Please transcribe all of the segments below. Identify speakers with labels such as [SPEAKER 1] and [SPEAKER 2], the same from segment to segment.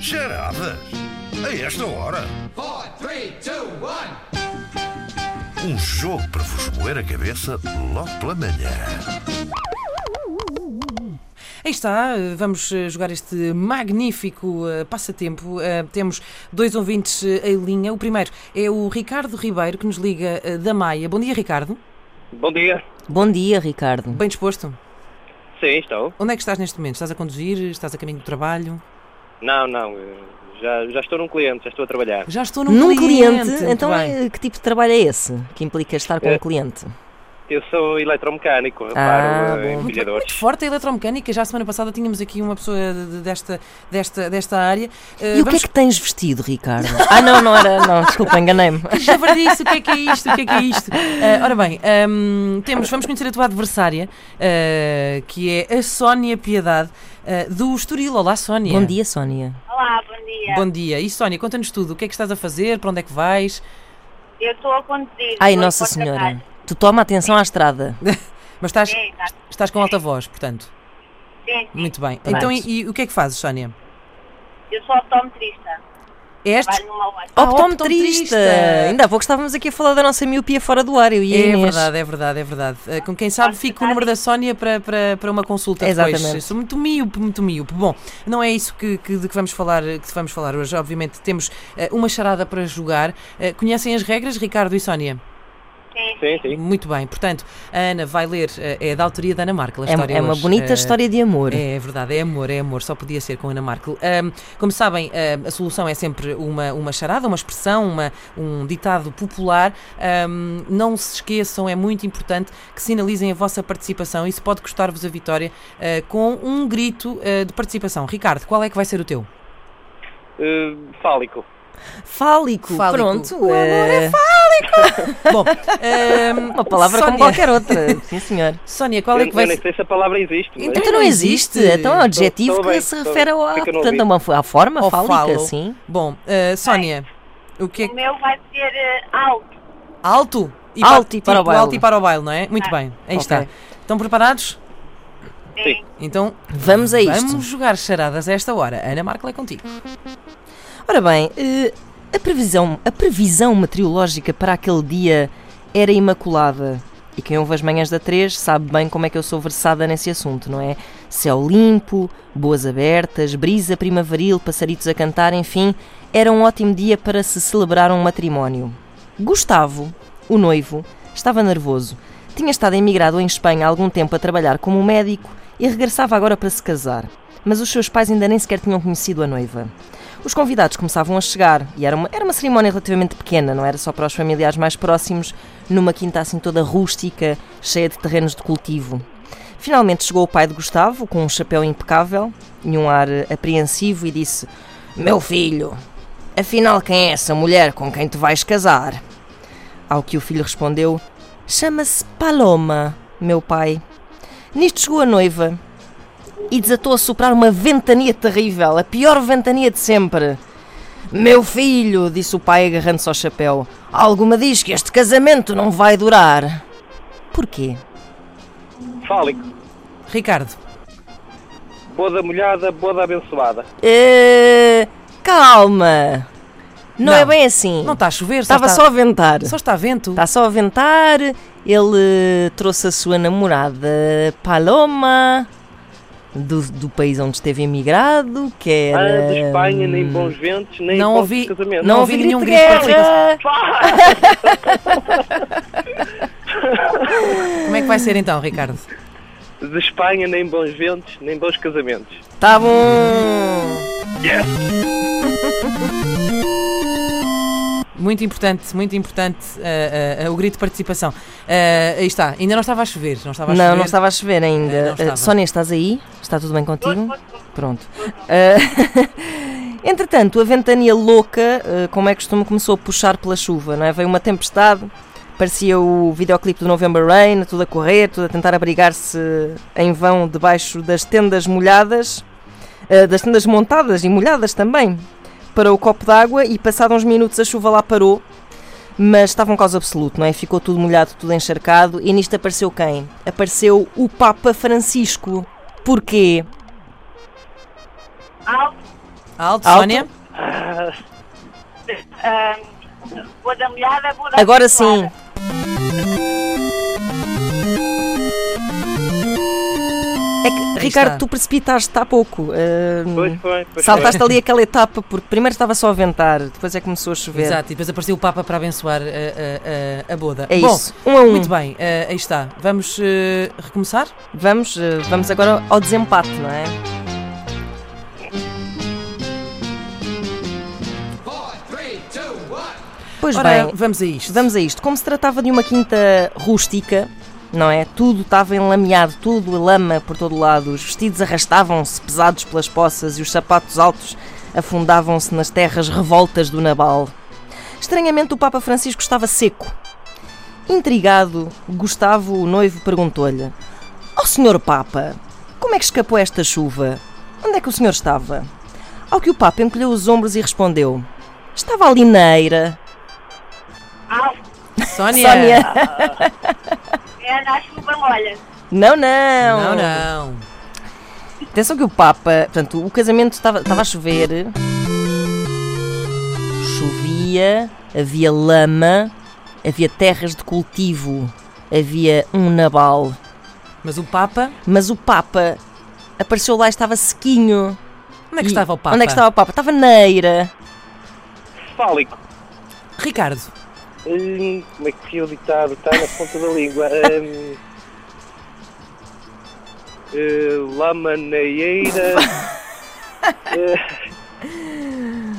[SPEAKER 1] Charadas? A esta hora?
[SPEAKER 2] four, three, two, one.
[SPEAKER 1] Um jogo para vos moer a cabeça logo pela manhã.
[SPEAKER 3] Aí está, eh, vamos eh, jogar este magnífico eh, passatempo. Eh, Temos dois ouvintes eh, em linha. O primeiro é o Ricardo Ribeiro, que nos liga eh, da Maia. Bom dia, Ricardo.
[SPEAKER 4] Bom dia.
[SPEAKER 5] Bom dia, Ricardo.
[SPEAKER 3] Bem disposto?
[SPEAKER 4] Sim, estou.
[SPEAKER 3] Onde é que estás neste momento? Estás a conduzir? Estás a caminho do trabalho?
[SPEAKER 4] Não, não. eu Já, já estou num cliente, já estou a trabalhar.
[SPEAKER 3] Já estou num,
[SPEAKER 5] Num cliente,
[SPEAKER 3] Muito
[SPEAKER 5] então
[SPEAKER 3] bem.
[SPEAKER 5] eh, que tipo de trabalho é esse? Que implica estar com
[SPEAKER 4] É.
[SPEAKER 5] um cliente?
[SPEAKER 4] Eu sou eletromecânico,
[SPEAKER 5] Ah,
[SPEAKER 4] reparo eh,
[SPEAKER 5] bom.
[SPEAKER 4] em
[SPEAKER 3] Muito, muito
[SPEAKER 4] pilhadores.
[SPEAKER 3] forte a eletromecânica. Já a semana passada tínhamos aqui uma pessoa de- de- desta, desta, desta área. Eh,
[SPEAKER 5] E o que é que tens vestido, Ricardo? ah, não, não era. Não, desculpa, enganei-me.
[SPEAKER 3] Javardice, o que é que é isto? O que é que é isto? Ah, ora bem, ahm, temos, vamos conhecer a tua adversária, ah, que é a Sónia Piedade, ah, do Estoril. Olá, Sónia.
[SPEAKER 5] Bom dia, Sónia.
[SPEAKER 6] Olá, bom dia.
[SPEAKER 3] Bom dia. E Sónia, conta-nos tudo. O que é que estás a fazer? Para onde é que vais?
[SPEAKER 6] Eu estou a conduzir.
[SPEAKER 5] Ai,
[SPEAKER 6] vou
[SPEAKER 5] Nossa
[SPEAKER 6] para o trabalho.
[SPEAKER 5] Senhora. Tu toma atenção à estrada.
[SPEAKER 3] Mas estás,
[SPEAKER 6] Sim, exato.
[SPEAKER 3] estás com alta voz, portanto.
[SPEAKER 6] Sim, sim.
[SPEAKER 3] Muito bem. Então,
[SPEAKER 5] Pronto.
[SPEAKER 3] e, e o que é que fazes, Sónia? É
[SPEAKER 6] Eu sou optometrista.
[SPEAKER 3] És
[SPEAKER 6] Trabalho numa loja.
[SPEAKER 3] Ah, optometrista.
[SPEAKER 5] Optometrista! Ainda há pouco estávamos aqui a falar da nossa miopia fora do ar, eu e a
[SPEAKER 3] É
[SPEAKER 5] Inês.
[SPEAKER 3] verdade, é verdade, é verdade. Ah, Com quem sabe fica o número da Sónia para, para, para uma consulta depois.
[SPEAKER 5] Exatamente.
[SPEAKER 3] Eu sou muito míope, muito míope. Bom, não é isso que, que- de que vamos falar, que vamos falar hoje. Obviamente temos ah, uma charada para jogar. Ah, conhecem as regras, Ricardo e Sónia?
[SPEAKER 6] Sim,
[SPEAKER 4] Sim, sim.
[SPEAKER 3] Muito bem. Portanto, a Ana vai ler, ah, é da autoria da Ana Markel a
[SPEAKER 5] É,
[SPEAKER 3] história
[SPEAKER 5] é uma
[SPEAKER 3] hoje. Ah,
[SPEAKER 5] bonita história de amor.
[SPEAKER 3] é, é verdade, é amor, é amor, só podia ser com Ana Markel. Ahm, como sabem, ahm, a solução é sempre uma, uma charada, uma expressão, uma- um ditado popular. Ahm, não se esqueçam, é muito importante que sinalizem a vossa participação. Isso pode custar-vos a vitória ah, com um grito ah, de participação. Ricardo, qual é que vai ser o teu?
[SPEAKER 4] Eh, fálico.
[SPEAKER 5] Fálico.
[SPEAKER 3] Fálico.
[SPEAKER 5] Pronto.
[SPEAKER 3] O amor é
[SPEAKER 5] eh,
[SPEAKER 3] Bom, ahm,
[SPEAKER 5] Uma palavra
[SPEAKER 3] Sónia,
[SPEAKER 5] como qualquer outra. Sim, senhor.
[SPEAKER 3] Sónia, qual
[SPEAKER 4] eu
[SPEAKER 3] é que vai
[SPEAKER 4] eu nem
[SPEAKER 3] ser?
[SPEAKER 4] sei se a palavra existe. mas-
[SPEAKER 3] Então
[SPEAKER 5] Então não
[SPEAKER 3] não
[SPEAKER 5] existe.
[SPEAKER 3] existe.
[SPEAKER 5] Então é um adjetivo
[SPEAKER 4] Estou
[SPEAKER 5] que
[SPEAKER 4] bem,
[SPEAKER 5] se
[SPEAKER 4] estou-
[SPEAKER 5] refere ao,
[SPEAKER 4] fica no
[SPEAKER 5] portanto, a uma, à forma
[SPEAKER 3] Ao
[SPEAKER 5] fálica,
[SPEAKER 3] falo.
[SPEAKER 5] sim.
[SPEAKER 3] Bom, ah, Sónia, o que é
[SPEAKER 6] O
[SPEAKER 3] que.
[SPEAKER 6] meu vai ser eh, alto.
[SPEAKER 3] Alto?
[SPEAKER 5] Alto e
[SPEAKER 3] tipo,
[SPEAKER 5] para o baile.
[SPEAKER 3] Alto e para o baile, não é? Muito bem, aí
[SPEAKER 5] Ok.
[SPEAKER 3] está. Estão preparados?
[SPEAKER 6] Sim.
[SPEAKER 3] Então
[SPEAKER 5] Vamos a isto.
[SPEAKER 3] Vamos jogar charadas a esta hora. Ana Markel é contigo.
[SPEAKER 5] Ora bem, eh, a previsão, a previsão meteorológica para aquele dia era imaculada. E quem ouve as manhãs da 3 sabe bem como é que eu sou versada nesse assunto, não é? Céu limpo, boas abertas, brisa primaveril, passaritos a cantar, enfim, era um ótimo dia para se celebrar um matrimónio. Gustavo, o noivo, estava nervoso. Tinha estado emigrado em Espanha há algum tempo a trabalhar como um médico e regressava agora para se casar. Mas os seus pais ainda nem sequer tinham conhecido a noiva. Os convidados começavam a chegar e era uma, era uma cerimónia relativamente pequena, não era só para os familiares mais próximos, numa quinta assim toda rústica, cheia de terrenos de cultivo. Finalmente chegou o pai de Gustavo, com um chapéu impecável e um ar eh, apreensivo, e disse: Meu filho, afinal quem é essa mulher com quem te vais casar? Ao que o filho respondeu: Chama-se Paloma, meu pai. Nisto chegou a noiva e desatou a soprar uma ventania terrível, a pior ventania de sempre. Meu filho, disse o pai agarrando-se ao chapéu, alguma diz que este casamento não vai durar. Porquê?
[SPEAKER 4] Fálico.
[SPEAKER 3] Ricardo,
[SPEAKER 4] Boda molhada, boda abençoada.
[SPEAKER 5] Eh, calma.
[SPEAKER 3] Não,
[SPEAKER 5] Não, é bem assim.
[SPEAKER 3] não está a chover, só
[SPEAKER 5] Estava
[SPEAKER 3] está,
[SPEAKER 5] só a Tá. ventar.
[SPEAKER 3] só está vento.
[SPEAKER 5] Está só a ventar. Ele eh, trouxe a sua namorada Paloma do, do país onde esteve emigrado, que
[SPEAKER 4] Ah,
[SPEAKER 5] era.
[SPEAKER 4] de Espanha, nem bons ventos, nem
[SPEAKER 3] Não
[SPEAKER 4] bons
[SPEAKER 3] ouvi-
[SPEAKER 4] casamentos.
[SPEAKER 3] não- ouvi
[SPEAKER 5] ouvi
[SPEAKER 3] nenhum
[SPEAKER 5] de
[SPEAKER 3] grito para
[SPEAKER 5] guerra.
[SPEAKER 3] Como é que vai ser então, Ricardo?
[SPEAKER 4] De Espanha, nem bons ventos, nem bons casamentos.
[SPEAKER 5] Tá bom.
[SPEAKER 3] Muito importante, muito importante ah, ah, ah, o grito de participação. Ah, aí está, ainda não estava a chover. Não estava a chover.
[SPEAKER 5] Não, não estava a chover
[SPEAKER 3] Eh, não
[SPEAKER 5] ainda.
[SPEAKER 3] estava.
[SPEAKER 5] Eh, Sónia, estás aí? Está tudo bem contigo?
[SPEAKER 6] Vou- vou-
[SPEAKER 5] Pronto. Eh, Entretanto, a ventania louca, eh, como é costume, começou a puxar pela chuva, não é? Veio uma tempestade, parecia o videoclipe do November Rain, tudo a correr, tudo a tentar abrigar-se em vão debaixo das tendas molhadas, eh, das tendas montadas e molhadas também, para o copo d'água e passados uns minutos a chuva lá parou, mas estava um caos absoluto, não é? Ficou tudo molhado, tudo encharcado e nisto apareceu quem? Apareceu o Papa Francisco. Porquê?
[SPEAKER 6] Alto.
[SPEAKER 3] Alto,
[SPEAKER 5] Alto.
[SPEAKER 3] Sónia?
[SPEAKER 6] ah, Ahm, boda molhada, boda
[SPEAKER 5] Agora
[SPEAKER 6] abençoada.
[SPEAKER 5] sim. É que, Ricardo,
[SPEAKER 3] está.
[SPEAKER 5] tu precipitaste há pouco. hum,
[SPEAKER 4] Pois foi, pois
[SPEAKER 5] saltaste
[SPEAKER 2] é.
[SPEAKER 5] ali aquela etapa, porque primeiro estava só a ventar, depois é que começou a chover.
[SPEAKER 3] Exato, e depois apareceu o Papa para abençoar a, a- a- a boda.
[SPEAKER 5] É
[SPEAKER 3] Bom,
[SPEAKER 5] isso. Um a um.
[SPEAKER 3] muito bem, eh, aí está. Vamos eh, recomeçar?
[SPEAKER 5] Vamos, eh, vamos agora ao desempate, não é?
[SPEAKER 2] Four, three, two, one.
[SPEAKER 5] Pois
[SPEAKER 3] Ora,
[SPEAKER 5] bem,
[SPEAKER 3] vamos a isto.
[SPEAKER 5] vamos a isto. Como se tratava de uma quinta rústica, não é? Tudo estava enlameado, tudo lama por todo lado, os vestidos arrastavam-se pesados pelas poças e os sapatos altos afundavam-se nas terras revoltas do Nabal. Estranhamente, o Papa Francisco estava seco. Intrigado, Gustavo, o noivo, perguntou-lhe: Ó senhor Papa, como é que escapou esta chuva? Onde é que o senhor estava? Ao que o Papa encolheu os ombros e respondeu: Estava ali na eira.
[SPEAKER 6] Alto.
[SPEAKER 3] Sónia!
[SPEAKER 5] Sónia.
[SPEAKER 6] É na chuva molha.
[SPEAKER 5] Não, não.
[SPEAKER 3] Não, não.
[SPEAKER 5] Atenção que o Papa, portanto, o casamento estava, estava a chover. Chovia, havia lama, havia terras de cultivo, havia um nabal.
[SPEAKER 3] Mas o Papa,
[SPEAKER 5] Mas o Papa apareceu lá e estava sequinho.
[SPEAKER 3] onde é que estava o Papa?
[SPEAKER 5] Onde é que estava o Papa? Estava na eira.
[SPEAKER 4] foi. Fálico.
[SPEAKER 3] Ricardo,
[SPEAKER 4] Hum, como é que é o ditado? Está na ponta da língua. Hum, eh, lama na eira. eh,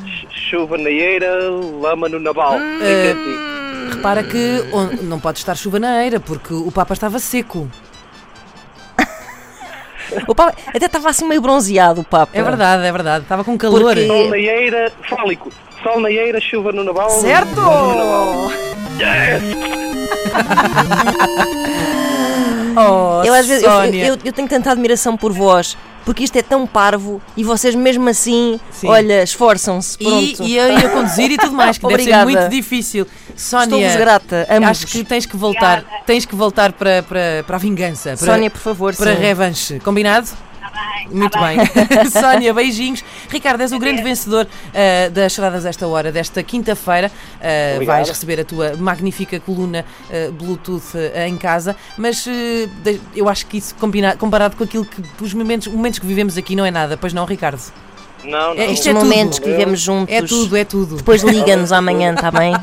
[SPEAKER 4] chu- chuva na eira, lama no naval. É que é assim.
[SPEAKER 3] repara que on- não pode estar chuva na eira, porque o Papa estava seco.
[SPEAKER 5] O Papa até estava assim meio bronzeado, o Papa.
[SPEAKER 3] É verdade, é verdade. Estava com calor.
[SPEAKER 5] Porque-
[SPEAKER 4] Sol na eira, fálico. Sol na eira, chuva no naval.
[SPEAKER 5] Certo!
[SPEAKER 4] lama no naval.
[SPEAKER 3] Oh,
[SPEAKER 5] Eu às vezes eu,
[SPEAKER 3] Sónia.
[SPEAKER 5] eu- eu tenho tanta admiração por vós, porque isto é tão parvo e vocês mesmo assim,
[SPEAKER 3] Sim.
[SPEAKER 5] olha, esforçam-se.
[SPEAKER 3] E,
[SPEAKER 5] Pronto.
[SPEAKER 3] e eu ia conduzir e tudo mais, que deve ser
[SPEAKER 5] Obrigada.
[SPEAKER 3] muito difícil. Sónia,
[SPEAKER 5] Estou-vos grata,
[SPEAKER 3] acho
[SPEAKER 5] ambos.
[SPEAKER 3] que tens que voltar,
[SPEAKER 6] Obrigada.
[SPEAKER 3] tens que voltar para, para, para a vingança, para,
[SPEAKER 5] Sónia, por favor,
[SPEAKER 3] para a
[SPEAKER 5] sim.
[SPEAKER 3] revanche. Combinado? Muito Tá bem. Sónia, beijinhos. Ricardo, és o grande vencedor ah, das charadas desta hora, desta quinta-feira. Ah,
[SPEAKER 4] Obrigado.
[SPEAKER 3] vais receber a tua magnífica coluna ah, Bluetooth ah, em casa, mas eh, de- eu acho que isso combina- comparado com aquilo que os momentos, momentos que vivemos aqui não é nada, pois não, Ricardo?
[SPEAKER 4] Não, não.
[SPEAKER 3] É, isto
[SPEAKER 5] Estes
[SPEAKER 3] é tudo.
[SPEAKER 5] momentos que vivemos juntos.
[SPEAKER 3] É tudo, é tudo.
[SPEAKER 5] Depois liga-nos amanhã, está bem?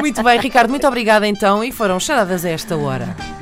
[SPEAKER 3] Muito bem, Ricardo, muito obrigada então e foram charadas a esta hora.